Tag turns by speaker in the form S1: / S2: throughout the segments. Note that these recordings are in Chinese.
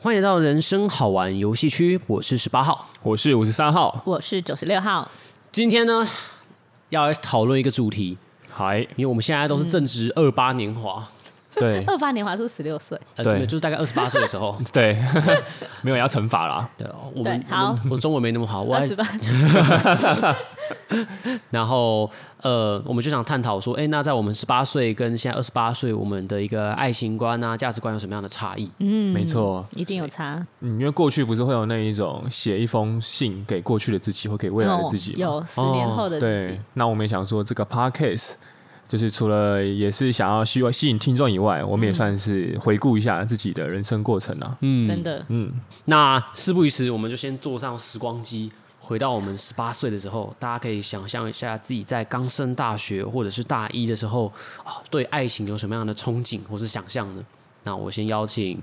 S1: 欢迎来到人生好玩游戏区，我是十八号。
S2: 我是五十三号，
S3: 我是九十六号，
S1: 今天呢，要来讨论一个主题，
S2: 嗨，
S1: 因为我们现在都是正值二八年华，
S2: 对
S3: 二八年华是十六岁，
S1: 呃，
S2: 对
S1: 对，就是大概二十八岁的时候。
S2: 对， 没有要惩罚啦，
S1: 对，我们
S3: 对好
S1: 我们我中文没那么好，我
S3: 二
S1: 还
S3: 十八，
S1: 然后呃，我们就想探讨说，哎，那在我们十八岁跟现在二十八岁，我们的一个爱情观啊、价值观有什么样的差异？
S2: 没错，
S3: 嗯一定有差。
S2: 嗯，因为过去不是会有那一种写一封信给过去的自己或给未来的自己吗？
S3: 哦有十年后的自
S2: 对
S3: 己，，
S2: 那我们也想说这个 podcast。就是除了也是想要希望吸引听众以外，我们也算是回顾一下自己的人生过程啊。嗯，
S3: 真的
S1: 那事不宜迟，我们就先坐上时光机，回到我们十八岁的时候。大家可以想象一下自己在刚升大学或者是大一的时候啊，对爱情有什么样的憧憬或是想象呢？那我先邀请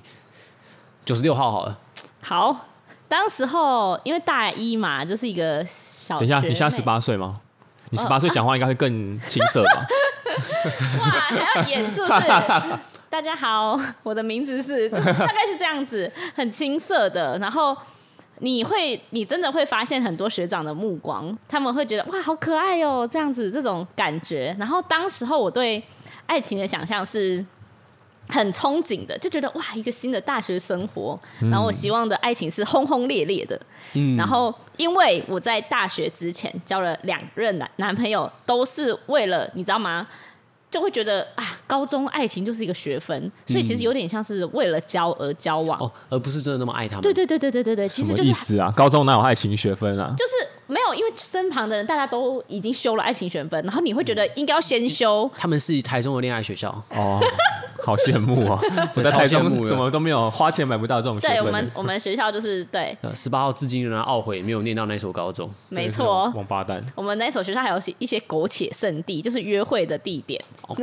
S1: 九十六号好了，
S3: 好。当时候因为大一嘛，就是一个小
S2: 等一下，
S3: 学
S2: 你现在
S3: 妹哦
S2: 十八岁吗？你十八岁讲话应该会更青涩吧？
S3: 哇，还要演是不 是？大家好，我的名字是，就是大概是这样子， 很青涩的。然后你会，你真的会发现很多学长的目光，他们会觉得哇，好可爱哦，这样子这种感觉。然后当时候我对爱情的想象是。很憧憬的，就觉得哇，一个新的大学生活，然后我希望的爱情是轰轰烈烈的。然后因为我在大学之前交了两任男男朋友，都是为了你知道吗？就会觉得啊，高中爱情就是一个学分，所以其实有点像是为了交而交往。
S1: 哦，而不是真的那么爱他们。
S3: 对对对对对对 对，其
S2: 什
S3: 实
S2: 么
S3: 就
S2: 意
S3: 是
S2: 思啊？高中哪有爱情学分 啊？
S3: 就是没有，因为身旁的人大家都已经修了爱情学分，然后你会觉得应该要先
S2: 嗯
S3: 修，
S1: 他们是台中的恋爱学校，
S2: 哦，好羡慕 哦！我在
S1: 超
S2: 台
S1: 羡慕
S2: 中
S1: 的
S2: 怎么都没有花钱买不到这种学
S3: 对
S2: 分
S3: 我们我们学校就是 对，
S1: 呃，十八号至今仍然懊悔没有念到那所高中。
S3: 没错，
S2: 王八蛋。
S3: 我们那所学校还有一些苟且圣地，就是约会的地点。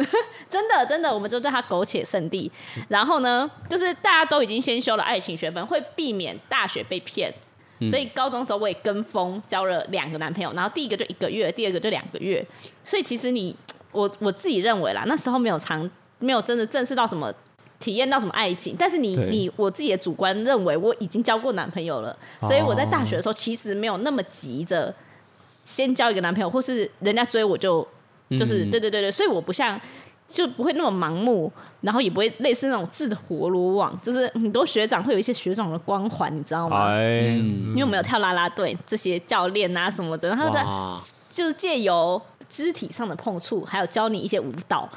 S3: 真的，真的，我们就叫它苟且圣地。然后呢，就是大家都已经先修了爱情学分，会避免大学被骗。所以高中的时候我也跟风交了两个男朋友，然后第一个就一个月，第二个就两个月。所以其实你我我自己认为啦，那时候没有尝，没有真的正视到什么。体验到什么爱情？但是你
S2: 对
S3: 你我自己的主观认为我已经交过男朋友了，所以我在
S1: 哦
S3: 大学的时候其实没有那么急着先交一个男朋友，或是人家追我就
S1: 嗯
S3: 就是、对对对对，所以我不像就不会那么盲目，然后也不会类似那种自投罗网，就是很多学长会有一些学长的光环，你知道吗？
S2: 哎，
S3: 因为我们有跳啦啦队这些教练啊什么的，然后在
S1: 哇，
S3: 就是借由肢体上的碰触，还有教你一些舞蹈，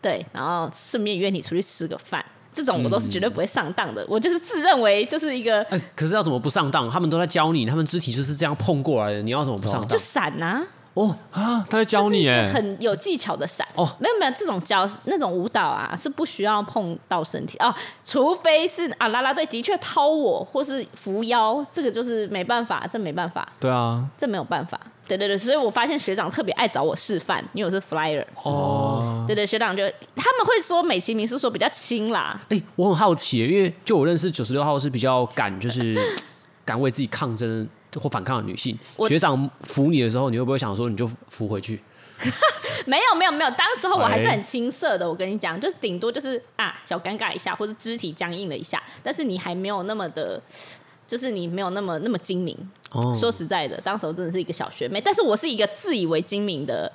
S3: 对，然后顺便约你出去吃个饭，这种我都是绝对不会上当的，我就是自认为就是一个
S1: 嗯哎可是要怎么不上当？他们都在教你，他们肢体就是这样碰过来的，你要怎么不上
S3: 就
S1: 当？
S3: 闪啊，
S1: 哦，
S2: 啊他在教你
S3: 就是一个
S2: 哎，
S3: 很有技巧的闪
S1: 哦
S3: 没有没有，这种教那种舞蹈啊是不需要碰到身体哦，除非是啊啦啦队的确抛我或是扶腰，这个就是没办法，这没办法，
S2: 对啊，
S3: 这没有办法。对对对，所以我发现学长特别爱找我示范，因为我是 flyer。
S1: 哦，
S3: 对对，学长就他们会说美其名是说比较轻啦，
S1: 哎、我很好奇耶，因为就我认识九十六号是比较敢，就是 敢为自己抗争或反抗的女性。
S3: 我
S1: 学长扶你的时候，你会不会想说你就扶回去？
S3: 没有没有没有，当时候我还是
S2: 哎
S3: 很青涩的，我跟你讲，就是顶多就是啊小尴尬一下，或是肢体僵硬了一下，但是你还没有那么的，就是你没有那么那么精明。
S2: 嗯
S1: 哦，
S3: 说实在的，当时候真的是一个小学妹，但是我是一个自以为精明的，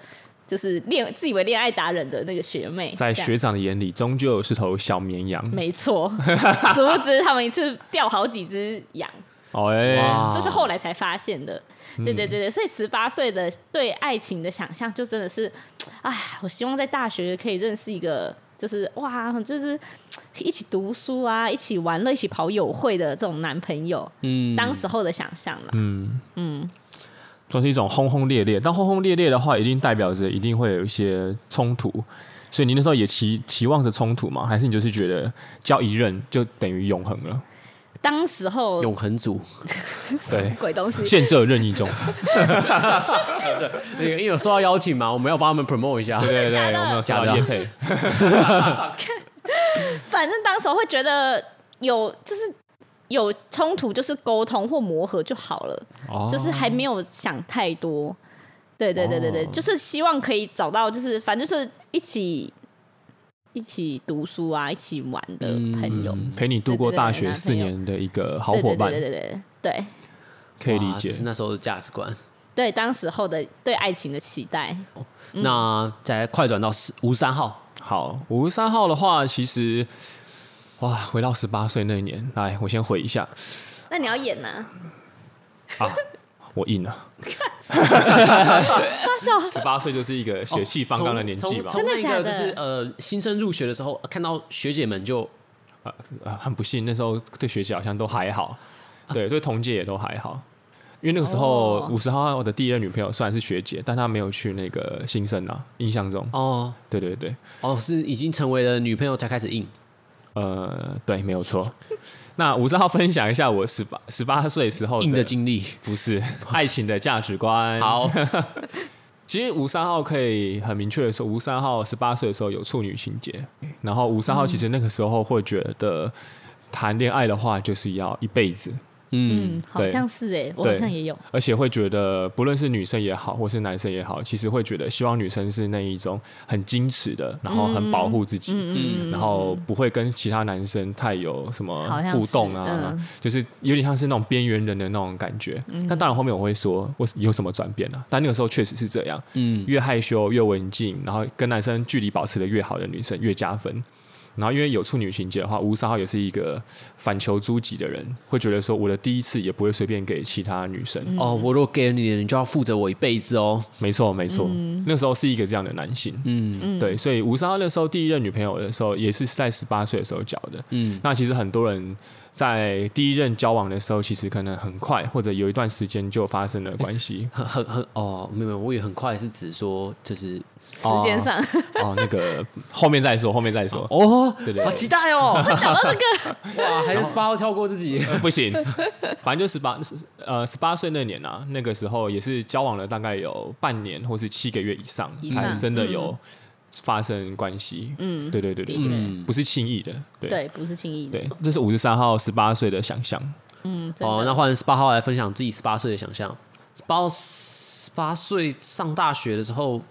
S3: 就是恋自以为恋爱达人的那个学妹，
S2: 在
S3: 这样
S2: 学长的眼里，终究是头小绵羊。
S3: 没错，殊不知他们一次掉好几只 羊，
S2: 哦哎，
S1: 哇
S3: 这是后来才发现的。
S2: 嗯
S3: 对对对对，所以十八岁的对爱情的想象，就真的是，哎，我希望在大学可以认识一个，就是哇，就是一起读书啊，一起玩乐，一起跑友会的这种男朋友。嗯，当时候的想象啦。
S2: 嗯算是一种轰轰烈烈。但轰轰烈烈的话，一定代表着一定会有一些冲突。所以你那时候也期期望着冲突吗？还是你就是觉得交一任就等于永恒了？
S3: 当时候
S1: 永恒组，
S2: 对，
S3: 鬼东西，
S2: 现这任意中，
S1: 因为有收到邀请嘛，我们要帮他们 promote 一下。
S2: 对对
S3: 假
S2: 对，
S3: 的
S2: 我们有收
S1: 假的
S2: 到叶配，
S3: 反正当时候会觉得有就是有冲突，就是沟通或磨合就好了。
S2: 哦
S3: 就是还没有想太多。对对对对对，就是希望可以找到，就是反正就是一起一一起读书啊、一起玩的朋友，
S2: 嗯陪你度过大学四年的一个好
S3: 对
S2: 伙
S3: 对
S2: 伴
S3: 对，对对对对
S2: 可以理
S1: 哇
S2: 解
S1: 这。是那时候的价值观。
S3: 对，当时候的对爱情的期待，
S1: 嗯那再快转到十五三号，
S2: 好，五十三号的话，其实哇，回到十八岁那一年，来，我先回一下
S3: 那你要演呐、啊？
S2: 啊， 我硬了。十八岁就是一个血气方刚的年纪吧
S1: 哦从，从
S3: 真的
S1: 那个
S3: 假的
S1: 就是呃新生入学的时候，呃看到学姐们就
S2: 啊很不幸，那时候对学姐好像都还好，对，对同届也都还好。因为那个时候
S3: 哦
S2: 五十号我的第一任女朋友虽然是学姐，但她没有去那个新生啊，印象中，
S1: 哦
S2: 对对对，
S1: 哦是已经成为了女朋友才开始硬
S2: 哦呃，对，没有错。那五十号分享一下我十八十八岁时候
S1: 硬的经历。
S2: 不是 爱情的价值观。，
S1: 好，
S2: 其实吴三号可以很明确的说，吴三号十八岁的时候有处女情节，然后吴三号其实那个时候会觉得谈恋爱的话就是要一辈子，
S1: 嗯，
S3: 嗯，好像是哎、我好像也有，
S2: 而且会觉得不论是女生也好，或是男生也好，其实会觉得希望女生是那一种很矜持的，然后很保护自己，
S1: 嗯
S2: 然后不会跟其他男生太有什么
S3: 好像是
S2: 互动啊，
S3: 嗯
S2: 就是有点像是那种边缘人的那种感觉。
S1: 嗯
S2: 但当然后面我会说我有什么转变啊，但那个时候确实是这样，
S1: 嗯
S2: 越害羞越文静，然后跟男生距离保持的越好的女生越加分。然后因为有处女情节的话，吴三号也是一个反求诸己的人，会觉得说我的第一次也不会随便给其他女生。
S1: 哦，我如果给了你，你就要负责我一辈子哦。
S2: 没错，没错，那时候是一个这样的男性，
S1: 嗯，，
S2: 对，所以吴三号那时候第一任女朋友的时候，也是在十八岁的时候交的，嗯，那其实很多人在第一任交往的时候，其实可能很快，或者有一段时间就发生了关系
S1: 很很很哦，没有没有，我也很快是指说就是
S3: 时间上、
S2: 哦，那个后面再说，后面再说，
S1: 哦，
S2: 对对
S1: 好期待 哦，讲到这个 哇，还是十八号跳过自己，
S2: 呃不行，反正就十八呃十八岁那年啊，那个时候也是交往了大概有半年或是七个月以上，
S3: 以上
S2: 才真的有发生关系，嗯，对对对对，
S3: 的确
S2: 嗯不是轻易的，对
S3: 对，不是轻易的，
S2: 对，这是五十三号十八岁的想象。
S3: 嗯，真的
S1: 哦，那换十八号来分享自己十八岁的想象。十八十八岁上大学的时候，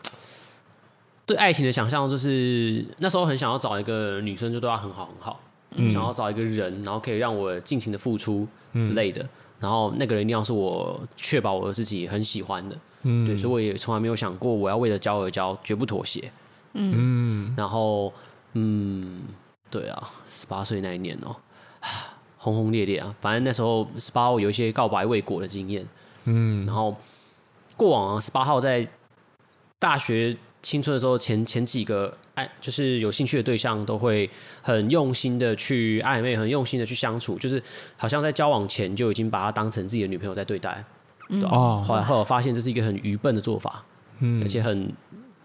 S1: 对爱情的想象就是那时候很想要找一个女生，就对她很好很好，嗯想要找一个人，然后可以让我尽情的付出之类的。然后那个人一定要是我确保我自己很喜欢的，
S2: 嗯
S1: 对，所以我也从来没有想过我要为了交而交，绝不妥协。
S2: 嗯，
S1: 然后，嗯，对啊，十八岁那一年哦、唉轰轰烈烈啊。反正那时候十八号有一些告白未果的经验，嗯，然后过往啊，十八号在大学青春的时候前前几个爱就是有兴趣的对象都会很用心的去暧昧，很用心的去相处，就是好像在交往前就已经把她当成自己的女朋友在对待。对啊
S2: 哦
S1: 后来后来我发现这是一个很愚笨的做法，嗯，而且很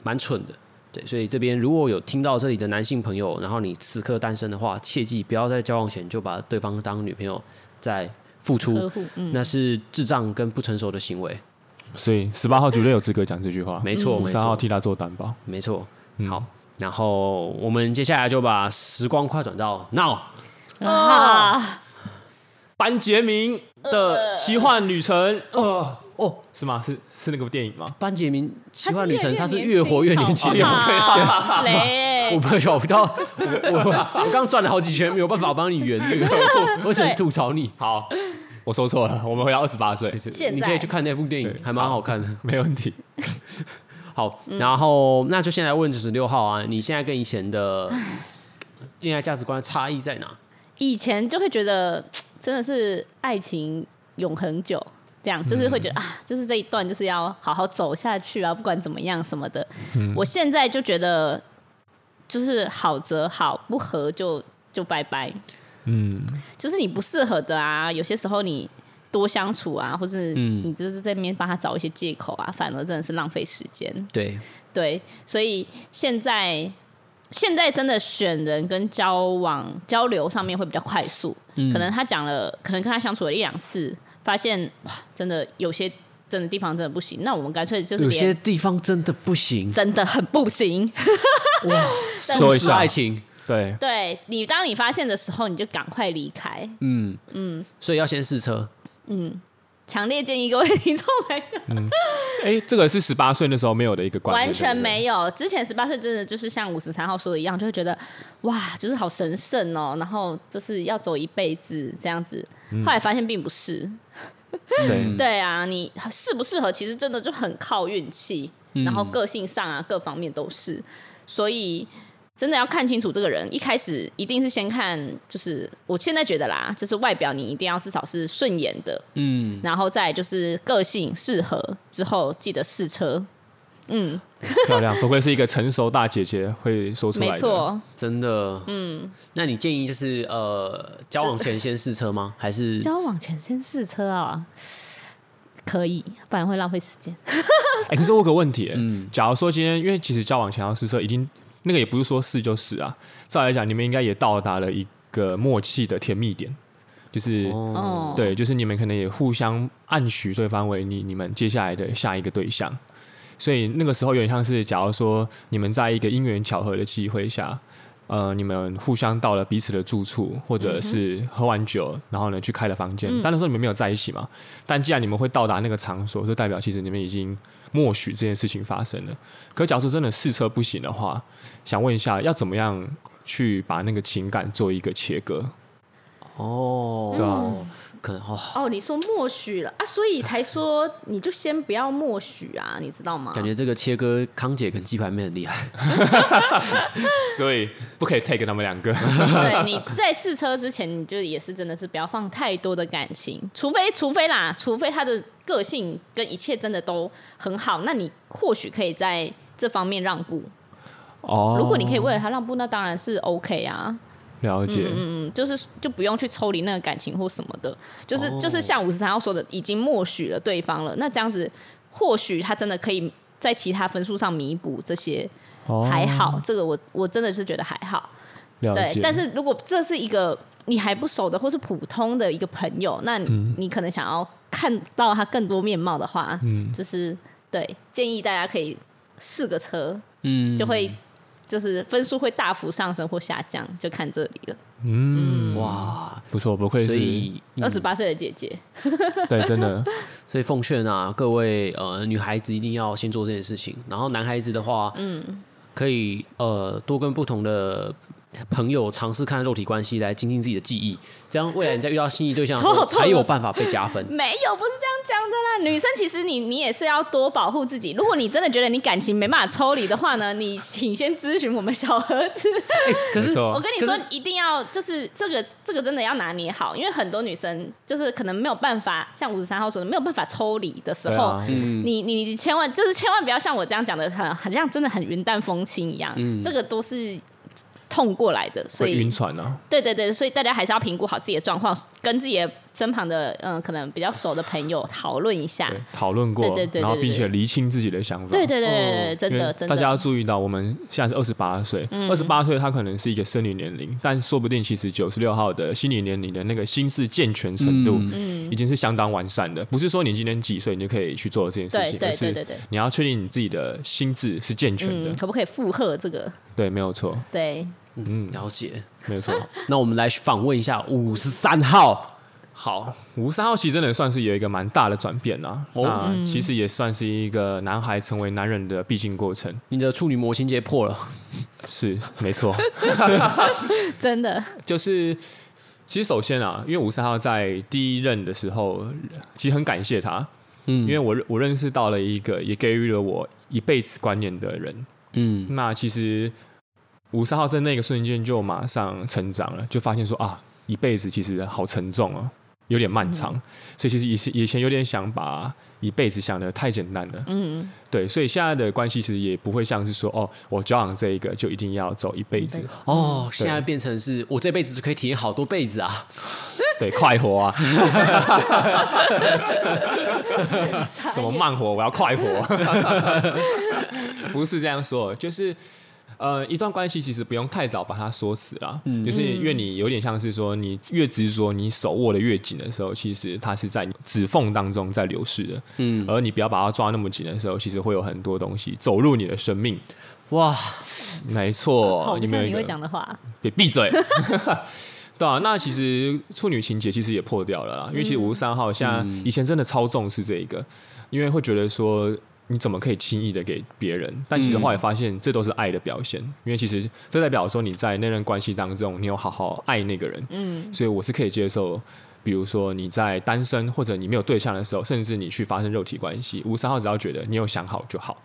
S1: 蛮蠢的。对，所以这边如果有听到这里的男性朋友，然后你此刻单身的话，切记不要在交往前就把对方当女朋友在付
S3: 呵
S1: 出，
S3: 护，嗯，
S1: 那是智障跟不成熟的行为。
S2: 所以十八号绝对有资格讲这句话。
S1: 没
S3: 嗯
S1: 错，
S2: 五
S1: 没
S2: 十三号
S1: 错，
S2: 替他做担保。
S1: 没错。好，然后我们接下来就把时光快转到 now。
S3: 啊，
S2: 班杰明的奇幻旅程，呃，哦，是吗？是是那个电影吗？
S1: 班杰明奇幻旅程，他
S3: 他是
S1: 是
S3: 越
S1: 越活越年轻哦
S3: 好。吧雷
S1: 我
S3: 欸，
S1: 不晓不到，我我我刚转了好几圈，没有办法帮你圆 这个，我我只能
S3: 对
S1: 吐槽你。
S2: 好，我说错了，我们回到二十八岁，
S3: 现
S1: 你
S3: 在
S1: 可以去看那部电影，还蛮好嗯看的。
S2: 没问题。
S1: 好，然后那就先来问九十六号啊，你现在跟以前 的恋爱价值观差异在哪？
S3: 以前就会觉得真的是爱情永恒久，这样就是会觉得、啊，就是这一段就是要好好走下去啊，不管怎么样什么的。我现在就觉得就是好则好，不合就就拜拜。
S2: 嗯，
S3: 就是你不适合的啊，有些时候你多相处啊，或是
S1: 嗯
S3: 你就是在那边帮他找一些借口啊，反而真的是浪费时间。
S1: 对，
S3: 对，所以现在现在真的选人跟交往交流上面会比较快速，可能他讲了，可能跟他相处了一两次，发现哇，真的有些真的地方真的不行，那我们干脆就是
S1: 有些
S3: 连
S1: 地方真的不行，
S3: 真的很不行。
S2: 说
S1: 说
S2: 一
S1: 是
S2: 下
S1: 爱情，
S2: 对，
S3: 对你，当你发现的时候，你就赶快离开。
S1: 嗯嗯，所以要先试车，
S3: 强烈建议各位 听众朋友，
S2: 哎，这个是十八岁那时候没有的一个观念，
S3: 完全
S2: 对不对
S3: 没有。之前十八岁真的就是像五十三号说的一样，就会觉得哇，就是好神圣哦，然后就是要走一辈子这样子。后来发现并不是，
S2: 对
S3: 对啊，你适不适合其实真的就很靠运气，然后个性上啊各方面都是，所以真的要看清楚这个人。一开始一定是先看，就是我现在觉得啦，就是外表你一定要至少是顺眼的，
S1: 嗯，
S3: 然后再就是个性适合之后，记得试车。嗯，
S2: 漂亮，不愧是一个成熟大姐姐会说出来
S3: 没
S2: 的。
S3: 错，
S1: 真的，嗯，那你建议就是呃，交往前先试车吗？还是
S3: 交往前先试车啊，可以，不然会浪费时间。
S2: 哎、可是我有个问题、嗯，假如说今天，因为其实交往前要试车，已经那个也不是说试就是啊，照来讲，你们应该也到达了一个默契的甜蜜点，就是、
S3: 哦，
S2: 对，就是你们可能也互相暗许对方为你你们接下来的下一个对象，所以那个时候有点像是，假如说你们在一个因缘巧合的机会下。呃，你们互相到了彼此的住处，或者是喝完酒，然后呢去开了房间。但那时候你们没有在一起嘛，但既然你们会到达那个场所，就代表其实你们已经默许这件事情发生了。可假如说真的试车不行的话，想问一下，要怎么样去把那个情感做一个切割？
S1: 哦，
S2: 对啊
S3: 嗯
S1: 可能哦，
S3: 哦，你说默许了啊，所以才说你就先不要默许啊，你知道吗？
S1: 感觉这个切割康姐跟鸡排妹很厉害，
S2: 所以不可以 take 他们两个。
S3: 对你在试车之前，你就也是真的是不要放太多的感情，除非除非啦，除非他的个性跟一切真的都很好，那你或许可以在这方面让步。
S2: 哦
S3: 如果你可以为了他让步，那当然是 OK 啊，
S2: 了解，
S3: 嗯，就是就不用去抽离那个感情或什么的，就是、
S1: 哦
S3: 就是像五十三号说的，已经默许了对方了，那这样子或许他真的可以在其他分数上弥补这些，
S2: 哦
S3: 还好，这个我我真的是觉得还好。
S2: 了
S3: 对
S2: 解，，
S3: 但是如果这是一个你还不熟的或是普通的一个朋友，那你,、
S2: 嗯
S3: 可能想要看到他更多面貌的话，
S2: 嗯
S3: 就是对建议大家可以试个车，
S1: 嗯，
S3: 就会、就是分数会大幅上升或下降，就看这里了。
S2: 嗯，
S1: 哇，
S2: 不错，不愧
S1: 所
S2: 是，
S1: 以
S3: 二十八岁的姐姐，
S2: 对，真的，
S1: 所以奉劝啊，各位呃女孩子一定要先做这件事情，然后男孩子的话，嗯，可以呃多跟不同的朋友尝试看肉体关系，来精进自己的技艺，这样未来你在遇到心仪对象的时
S3: 头
S1: 候
S3: 好痛
S1: 才有办法被加分。
S3: 没有不是这样讲的啦。女生其实你你也是要多保护自己。如果你真的觉得你感情没办法抽离的话呢，你请先咨询我们小盒子。
S1: 可
S2: 没
S1: 是
S2: 错
S3: 我跟你说，一定要就是这个这个真的要拿捏好，因为很多女生就是可能没有办法，像五十三号说的，没有办法抽离的时
S2: 对
S3: 候，
S2: 啊，
S1: 嗯
S3: 你你你千万就是千万不要像我这样讲的，很很像真的很云淡风轻一样，这个都是痛过来的，
S2: 嗯
S3: 所
S2: 会
S3: 以
S2: 晕船啊，
S3: 对对对，所以大家还是要评估好自己的状况，跟自己的身旁的嗯可能比较熟的朋友讨论一下
S2: 对，，讨论过，
S3: 对对对对
S2: 然后并
S3: 对
S2: 且厘清自己的想法，
S3: 对对对对对，
S1: 哦
S3: 真
S2: 因
S3: 的
S2: 为
S3: 真的，
S2: 嗯
S3: 嗯
S2: 大家要注意到，我们现在是二十八岁，二十八岁他可能是一个生理年龄，但说不定其实九十六号的心理年龄的那个心智健全程
S1: 嗯
S2: 度，
S3: 嗯
S2: 已经是相当完善的。不是说你今年几岁你就可以去做这件事
S3: 对
S2: 情，
S3: 对
S2: 而
S3: 对对
S2: 是
S3: 对，
S2: 你要确定你自己的心智是健全的
S3: 嗯，。可不可以附和这个？
S2: 对，没有错，
S3: 对，
S1: 嗯了解，
S2: 没有错。
S1: 那我们来访问一下五十三号，
S2: 好，五十三号其实真的算是有一个蛮大的转变啦。
S1: 哦
S2: 那其实也算是一个男孩成为男人的必经过程，
S1: 你的处女膜情节破了，
S2: 是没错。
S3: 真的，
S2: 就是其实首先啊，因为五十三号在第一任的时候，其实很感谢他，
S1: 嗯
S2: 因为我认我认识到了一个也给予了我一辈子观念的人。
S1: 嗯，
S2: 那其实五十号在那个瞬间就马上成长了，就发现说啊，一辈子其实好沉重哦，有点漫长，所以其实以前以前有点想把一辈子想的太简单了，
S3: 嗯，
S2: 对，所以现在的关系其实也不会像是说哦，我交往这一个就一定要走一辈子，
S1: 哦，现在变成是我这辈子就可以体验好多辈子啊，
S2: 对，快活 啊，
S3: 什
S2: 什么慢活，我要快活， 不是这样说，就是。呃，一段关系其实不用太早把它锁死啦，
S3: 嗯
S2: 就是因为你有点像是说，你越执着，你手握的越紧的时候，其实它是在指缝当中在流逝的，嗯，而你不要把它抓那么紧的时候，其实会有很多东西走入你的生命，
S1: 哇，
S2: 没错，
S3: 哦好不像
S2: 们有一
S3: 你
S2: 个
S3: 会讲的话，
S2: 对，闭嘴。 对啊，那其实处女情节其实也破掉了啦，因为其实五十三号现在以前真的超重视这一个，因为会觉得说你怎么可以轻易的给别人？但其实后来发现这都是爱的表现，因为其实这代表说你在那段关系当中，你有好好爱那个人，
S3: 嗯，
S2: 所以我是可以接受。比如说你在单身或者你没有对象的时候，甚至你去发生肉体关系，五十三号只要觉得你有想好就好。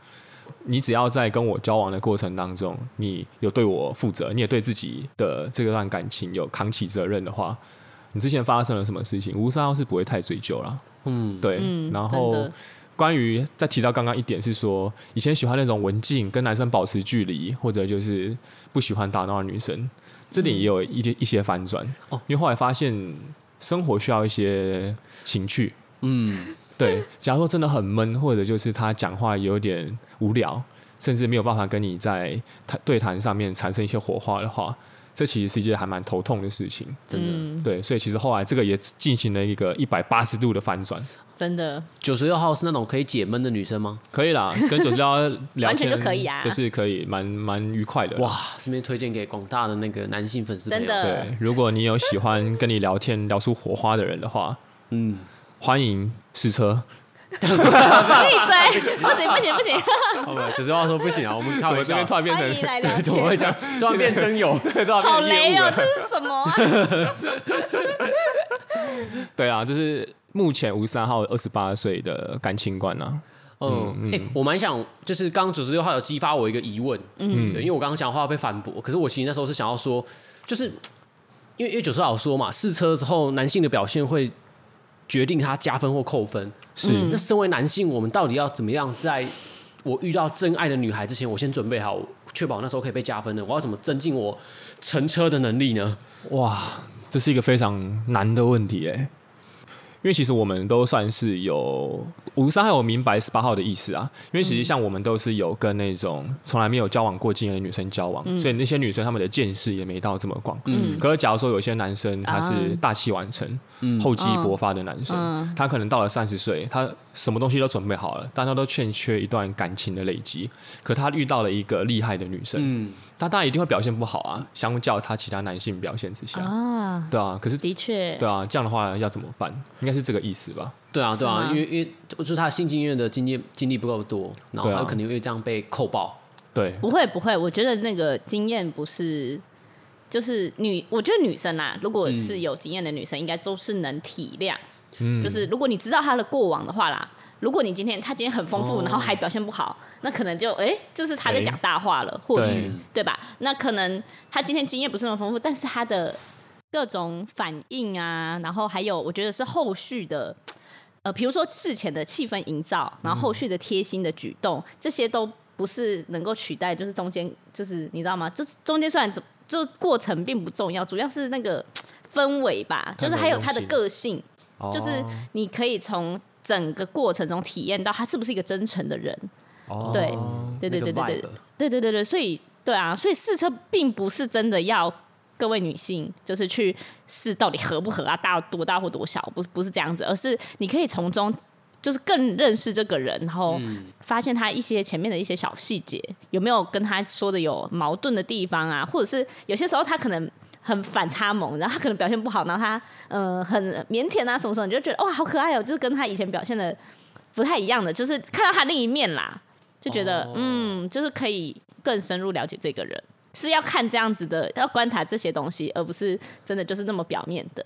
S2: 你只要在跟我交往的过程当中，你有对我负责，你也对自己的这段感情有扛起责任的话，你之前发生了什么事情，吴三号是不会太追究啦。
S1: 嗯，
S2: 对，
S3: 嗯
S2: 然
S3: 真
S2: 后
S3: 的
S2: 关于再提到刚刚一点是说，以前喜欢那种文静，跟男生保持距离，或者就是不喜欢打闹的女生，这点也有一些一些反转
S1: 哦
S2: 因为后来发现生活需要一些情趣。
S1: 嗯，
S2: 对，假如说真的很闷，或者就是他讲话有点无聊，甚至没有办法跟你在谈对谈上面产生一些火花的话，这其实是一件还蛮头痛的事情。
S1: 真的。
S3: 嗯
S2: 对，所以其实后来这个也进行了一个一百八十度的反转，
S3: 真的，
S1: 九十六号是那种可以解闷的女生吗？
S2: 可以啦，跟九十 聊聊
S3: 完全
S2: 天
S3: 就可以啊
S2: 就是可以蛮蛮愉快的。哇，
S1: 哇，这边推荐给广大的那个男性粉丝朋
S3: 真
S1: 友。
S3: 的
S2: 对，如果你有喜欢跟你聊天聊出火花的人的话，
S1: 嗯，
S2: 欢迎试车。
S3: 闭嘴，不行不行不行，
S1: 好吧，九十六号说不行啊，我们开
S2: 我
S1: 玩
S2: 们这
S1: 笑
S2: 边突。然变
S3: 欢迎来聊
S2: 成
S3: 天
S1: 怎么会这样？突然变真友，
S2: 对，突然
S3: 好
S2: 变成业
S3: 雷
S2: 务
S3: 哦
S2: 了，
S3: 这是什么啊？
S2: 对啊，就是目前吴三号二十八岁的感情观啊，
S1: 嗯，哎、我蛮想，就是刚刚九十六号有激发我一个疑问，嗯，对，因为我刚刚讲话被反驳，可是我其实那时候是想要说，就是因为因为九十号有说嘛，试车之后男性的表现会决定他加分或扣分，嗯
S2: 是
S1: 那身为男性，我们到底要怎么样在我遇到真爱的女孩之前，我先准备好，确保那时候可以被加分呢？我要怎么增进我乘车的能力呢？
S2: 哇，这是一个非常难的问题哎、因为其实我们都算是有五三还有明白十八号的意思啊，因为其实像我们都是有跟那种从来没有交往过经验的女生交往，
S3: 嗯
S2: 所以那些女生她们的见识也没到这么广。嗯，可是假如说有些男生他是大器晚成、厚积薄发的男生，
S3: 啊嗯
S2: 他可能到了三十岁，他什么东西都准备好了，但他都欠缺一段感情的累积。可他遇到了一个厉害的女生，
S1: 嗯，
S2: 他当然一定会表现不好啊，相较他其他男性表现之下，
S3: 啊，
S2: 对啊，可是
S3: 的确，
S2: 对啊，这样的话要怎么办？应该是这个意思吧？
S1: 对啊，对啊，
S3: 是吗
S1: 因为因为就是他的性经验的经验经历不够多，然后
S2: 对啊
S1: 他肯定会这样被扣爆。
S2: 对，
S3: 不会不会，我觉得那个经验不是，就是女，我觉得女生啊，如果是有经验的女生，应该都是能体谅。
S2: 嗯
S3: 就是如果你知道她的过往的话啦，如果你今天她今天很丰富，然后还表现不好，那可能就哎、就是她在
S2: 哎
S3: 讲大话了，或许
S2: 对
S3: 对吧？那可能她今天经验不是那么丰富，但是她的各种反应啊，然后还有我觉得是后续的。呃，比如说事前的气氛营造，然后后续的贴心的举动，这些都不是能够取代，就是中间就是你知道吗？就是中间虽然就过程并不重要，主要是那个氛围吧，
S2: 氛围
S3: 就是还有他的
S2: 东西
S3: 个性，就是
S2: 哦
S3: 你可以从整个过程中体验到他是不是一个真诚的人。
S2: 哦
S3: 对对对对对对对对对对，所以对啊，所以试车并不是真的要各位女性就是去试到底合不合啊，大多大或多小，不不是这样子，而是你可以从中就是更认识这个人，然后发现他一些前面的一些小细节，有没有跟他说的有矛盾的地方啊，或者是有些时候他可能。很反差萌，然后他可能表现不好，然后他嗯、呃很腼腆啊什么什么，你就觉得哇好可爱哦，就是跟他以前表现的不太一样的，就是看到他另一面啦，就觉得、嗯，就是可以更深入了解这个人，是要看这样子的，要观察这些东西，而不是真的就是那么表面的。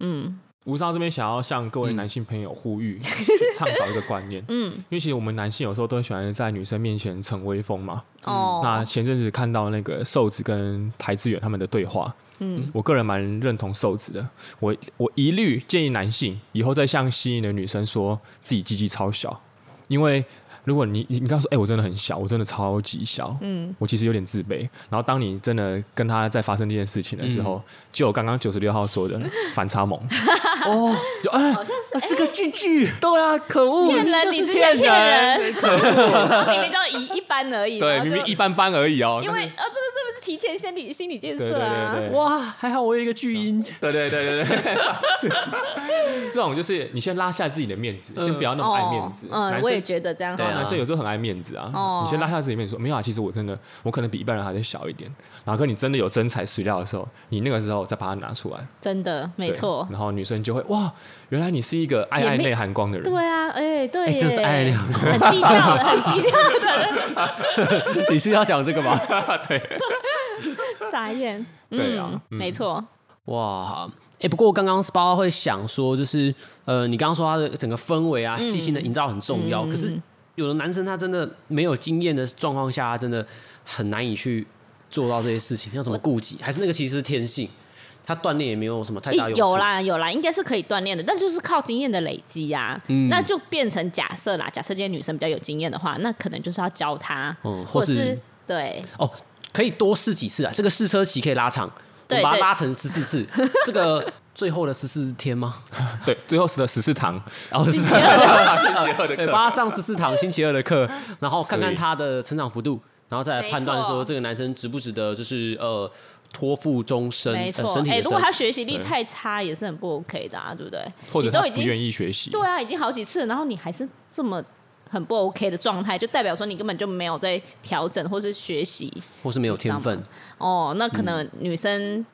S3: 嗯，
S2: 吴少这边想要向各位男性朋友呼吁，去倡导一个观念，嗯，因为其实我们男性有时候都很喜欢在女生面前逞威风嘛。
S3: 哦，
S2: 嗯那前阵子看到那个瘦子跟台志远他们的对话，嗯，我个人蛮认同瘦子的，我我一律建议男性以后再向吸引的女生说自己鸡鸡超小，因为。如果你你你刚说，哎、我真的很小，我真的超级小，嗯，我其实有点自卑。然后当你真的跟他在发生这件事情的时
S3: 嗯
S2: 候，就有刚刚九十六号说的反差 萌，哦，就哎，
S3: 好像
S1: 那
S3: 是
S1: 是个巨巨，
S2: 对啊，可恶，
S3: 骗人，
S2: 就
S3: 你
S2: 是
S3: 只是
S2: 骗
S3: 骗
S2: 人，
S3: 人，然 后明明就一一般而已，
S2: 对，
S3: 然后
S2: 明
S3: 就
S2: 明一般般而已哦，
S3: 因为啊，这个这个是提前心理心理建
S2: 对对
S3: 设
S2: 对
S3: 啊，
S2: 对，
S1: 哇，还好我有一个巨婴。
S2: 对对对对对， 这种就是你先拉下自己的面子，
S1: 嗯
S2: 先不要那么爱面子。
S3: 嗯，
S2: 男
S3: 我也
S2: 生
S3: 觉得这样好
S1: 对啊
S2: 男生有时候很爱面子啊，
S3: 哦
S2: 你先拉下自己面子说，没有啊，其实我真的我可能比一般人还是小一点。然后跟你真的有真材实料的时候，你那个时候再把它拿出来，
S3: 真的没
S2: 对
S3: 错。
S2: 然后女生就会哇，原来你是一个爱
S3: 也
S2: 爱
S3: 没
S2: 内涵光的人。
S3: 对啊，哎，对
S1: 哎
S3: 耶，
S1: 真是爱两
S3: 很低调的，很低 调
S1: 你是要讲这个吗？
S3: 的，傻眼。
S2: 对啊
S3: 嗯，没错，
S1: 哇，哎、不过刚刚 SPA 会想说，就是呃，你刚刚说他的整个氛围
S3: 嗯
S1: 啊，细心的营造很重要。可是有的男生他真的没有经验的状况下，他真的很难以去做到这些事情，像什么顾忌，还是那个其实是天性，他锻炼也没有什么太大
S3: 诶
S1: 用处。
S3: 有，啦有啦，应该是可以锻炼的，但就是靠经验的累积呀、
S1: 嗯
S3: 那就变成假设啦，假设今天女生比较有经验的话，那可能就是要教她，
S1: 嗯，或
S3: 或者
S1: 是
S3: 是对
S1: 哦，可以多试几次啊，这个试车期可以拉长，我
S3: 对
S1: 们把它
S3: 对
S1: 拉成十四次，这个最后的十四天 吗？哦
S2: 对，最后的十四堂，
S1: 然后是
S3: 第二 个
S1: 对，帮他上十四堂星期二的课，然后看看
S2: 所以
S1: 他的成长幅度，然后再来判断
S3: 没错
S1: 说这个男生值不值得，就是呃托付终身，
S3: 没
S1: 呃
S3: 错
S1: 身，体
S3: 哎、
S1: 的
S3: 如
S1: 身
S3: 果她学习力
S2: 对
S3: 太差，也是很不 OK 的啊，对不对？
S2: 或者
S3: 你
S2: 他
S3: 都已
S2: 不愿
S3: 经
S2: 意学习。
S3: 对啊，已经好几次了，然后你还是这么。很不 OK 的状态，就代表说你根本就没有在调整或是学习
S1: 或是没有天分，
S3: 哦。那可能女生、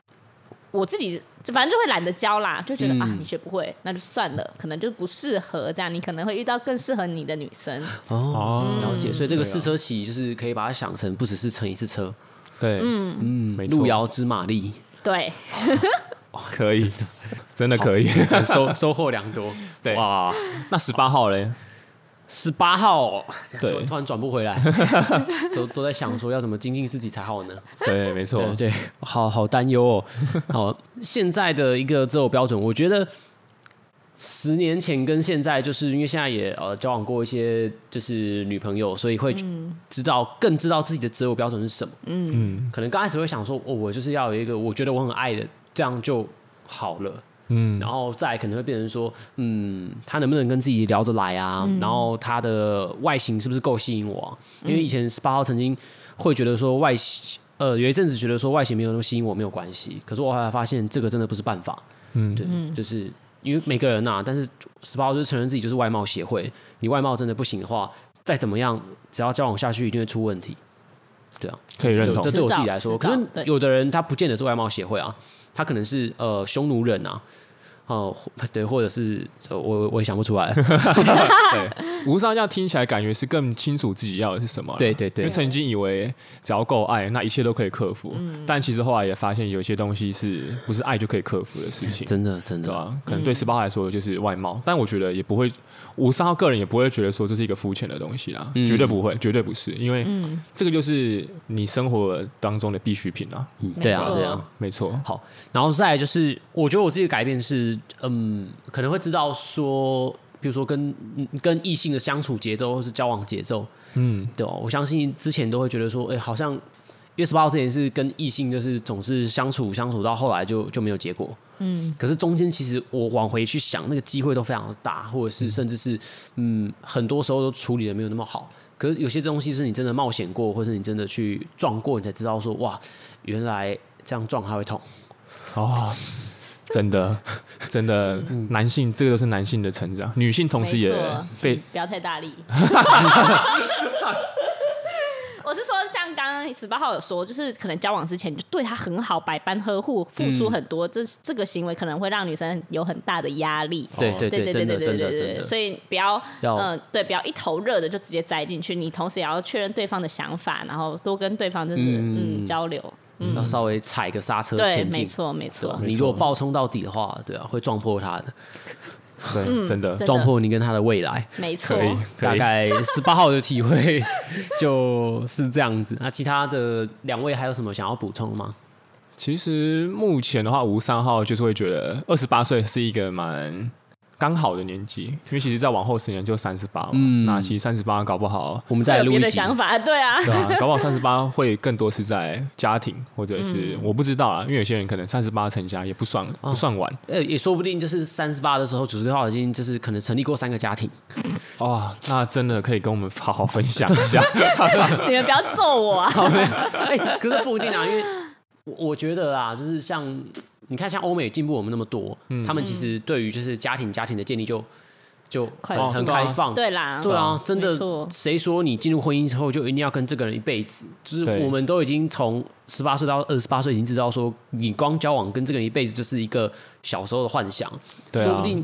S3: 我自己反正就会懒得教啦，就觉得、啊你学不会，那就算了，可能就不适合这样。你可能会遇到更适合你的女生。
S2: 哦，
S3: 嗯
S1: 了解。所以这个
S2: 对啊
S1: 试车期就是可以把它想成不只是乘一次车，
S2: 对，嗯嗯，没错
S1: 路遥知马力，
S3: 对，
S2: 可 以，真的可以。
S1: 收收获良多。
S2: 对
S1: 哇，
S2: 那十八 号嘞？
S1: 十八号，
S2: 对
S1: 我突然转不回来， 都都在想说要怎么精进自己才好呢？
S2: 对，没错
S1: 对。对，好好担忧哦。好，现在的一个择偶标准，我觉得十年前跟现在，就是因为现在也呃交往过一些就是女朋友，所以会知道、更知道自己的择偶标准是什么。嗯，可能刚开始会想说，哦，我就是要有一个我觉得我很爱的，这样就好了。
S2: 嗯，
S1: 然后再来可能会变成说，嗯，他能不能跟自己聊得来啊？然后他的外形是不是够吸引我啊、因为以前十八号曾经会觉得说外形，呃，有一阵子觉得说外形没有那么吸引我没有关系，可是我后来发现这个真的不是办法。
S2: 嗯
S1: 对，就是因为每个人呐、但是十八号就是承认自己就是外貌协会，你外貌真的不行的话，再怎么样，只要交往下去一定会出问题。对啊，
S2: 可以认同
S1: 这。对我自己来
S3: 迟
S1: 说，
S3: 早
S1: 可
S3: 迟早
S1: 是
S3: 对
S1: 有的人他不见得是外貌协会啊，他可能是呃匈奴人啊，哦、或对，或者是呃我我也想不出来，
S2: 对，无上要听起来感觉是更清楚自己要的是什么啦。
S1: 对对对
S2: 因为曾经以为只要够爱，那一切都可以克服。
S1: 嗯
S2: 但其实后来也发现，有一些东西是不是爱就可以克服的事情。
S1: 真的嗯真
S2: 对
S1: 的，
S2: 吧？可能对十八号来说就是外貌，但我觉得也不会，五三号个人也不会觉得说这是一个肤浅的东西啦，
S1: 嗯
S2: 绝对不会，绝对不是，因为这个就是你生活当中的必需品啊，
S1: 嗯对啊
S3: 没错
S1: 对啊。
S2: 没错，
S1: 好，然后再来就是，我觉得我自己的改变是，嗯，可能会知道说，比如说跟嗯跟异性的相处节奏或是交往节奏，
S2: 嗯，
S1: 对哦，我相信之前都会觉得说，哎、好像因为十八号之前是跟异性就是总是相处相处到后来就就没有结果，嗯，可是中间其实我往回去想，那个机会都非常的大，或者是甚至是嗯，很多时候都处理的没有那么好。可是有些东西是你真的冒险过，或是你真的去撞过，你才知道说哇，原来这样撞还会痛。
S2: 哦， 真的，真的，
S1: 嗯
S2: 男性这个都是男性的成长，女性同时也
S3: 没错请
S1: 嗯
S2: 被
S3: 不要 太大力。我是说，像刚刚十八号有说，就是可能交往之前就对他很好，百般呵护，付
S2: 嗯
S3: 出很多，这这个行为可能会让女生有很大的压力。
S2: 哦
S1: 对对
S3: 对
S1: 真
S3: 对
S1: 的
S3: 对
S1: 真的
S3: 对
S1: 真
S3: 对，
S1: 的。
S3: 所以不要
S1: 要
S3: 嗯、对，不要一头热的就直接栽进去，你同时也要确认对方的想法，然后多跟对方真的嗯交流。
S1: 要稍微踩个刹车
S3: 对，
S1: 前
S3: 没
S1: 进。
S3: 错没
S1: 对吧
S3: 错，
S1: 你如果暴冲到底的话，对啊，会撞破他的，
S2: 对，真的
S3: 嗯真的
S1: 撞破你跟他的未来。
S3: 没错
S2: 可。以，
S1: 大
S2: 可以，
S1: 概十八号的体会就是这样子。那其他的两位还有什么想要补充吗？
S2: 其实目前的话，吴三号就是会觉得二十八岁是一个蛮刚好的年纪，因为其实再往后十年就三十八嘛，
S1: 嗯
S2: 那其实三十八搞 不好，
S1: 我们再
S3: 有
S1: 录
S3: 别
S1: 一
S3: 的
S1: 集。
S3: 想法，对啊，
S2: 对啊，搞不好三十八会更多是在家庭或者是、
S3: 嗯
S2: 我不知道啊，因为有些人可能三十八成家也不算不算晚
S1: 呃，也说不定就是三十八的时候，九十六号已经就是可能成立过三个家庭。
S2: 哦，那真的可以跟我们好好分享一下，
S3: 你们不要揍我啊！
S1: 哎、可是不一定啊，因为我我觉得啊，就是像你看像欧美进步我们那么多，
S3: 嗯
S1: 他们其实对于就是家庭家庭的建立就就
S3: 快
S1: 很
S3: 速
S1: 很开放，
S3: 对啊啦，
S1: 对啊，真
S3: 没
S1: 的
S3: 错，
S1: 谁说你进入婚姻之后就一定要跟这个人一辈子？就是
S2: 对
S1: 我们都已经从十八岁到二十八岁，已经知道说，你光交往跟这个人一辈子就是一个小时候的幻想，
S2: 对啊
S1: 说不定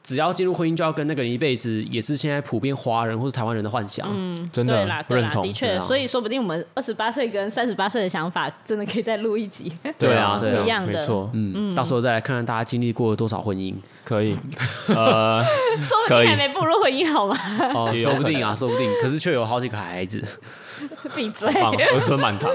S1: 只要进入婚姻就要跟那个人一辈子，也是现在普遍华人或是台湾人的幻想。
S2: 真
S3: 对
S2: 的
S3: 啦，对
S2: 认
S3: 啦，
S2: 同，
S3: 的
S1: 对
S3: 确，
S1: 啊
S3: 所以说不定我们二十八岁跟三十八岁的想法，真的可以再录 一集。
S1: 对啊对啊
S3: 一样的
S2: 没错，
S1: 嗯，到时候再来看看大家经历过了多少婚姻
S2: 可 以，呃，
S3: 说不
S2: 可
S3: 定
S2: 以
S3: 还没步入婚姻好吗？
S1: 哦，
S2: 也有
S1: 说不定
S2: 可
S1: 啊，说不定，可是却有好几个孩子。
S3: 闭嘴，
S2: 棒，儿孙满堂，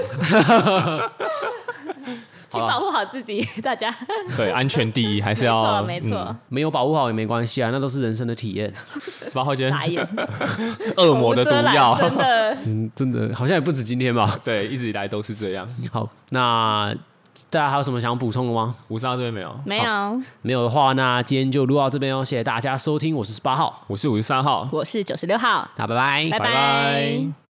S3: 请
S1: 好啦
S3: 保护好自己，大家。
S2: 对，啊安全第一，还是
S3: 没 错，
S2: 要嗯
S3: 没错，
S1: 没有保护好也没关系啊，那都是人生的体验。
S2: 十八号间
S3: 傻眼，
S2: 恶魔嗯的毒
S3: 口无遮拦
S2: 药，
S3: 真的。
S1: 嗯，真的好像也不止今天吧。
S2: 对，一直以来都是这样。
S1: 好，那大家还有什么想补充的吗？
S2: 五十号这边没有，
S3: 没有，
S1: 没有的话，那今天就录到这边哦，谢谢大家收听，我是十八号，
S2: 我是五十三号，
S3: 我是九十六号，
S1: 那拜拜，
S3: 拜
S2: 拜拜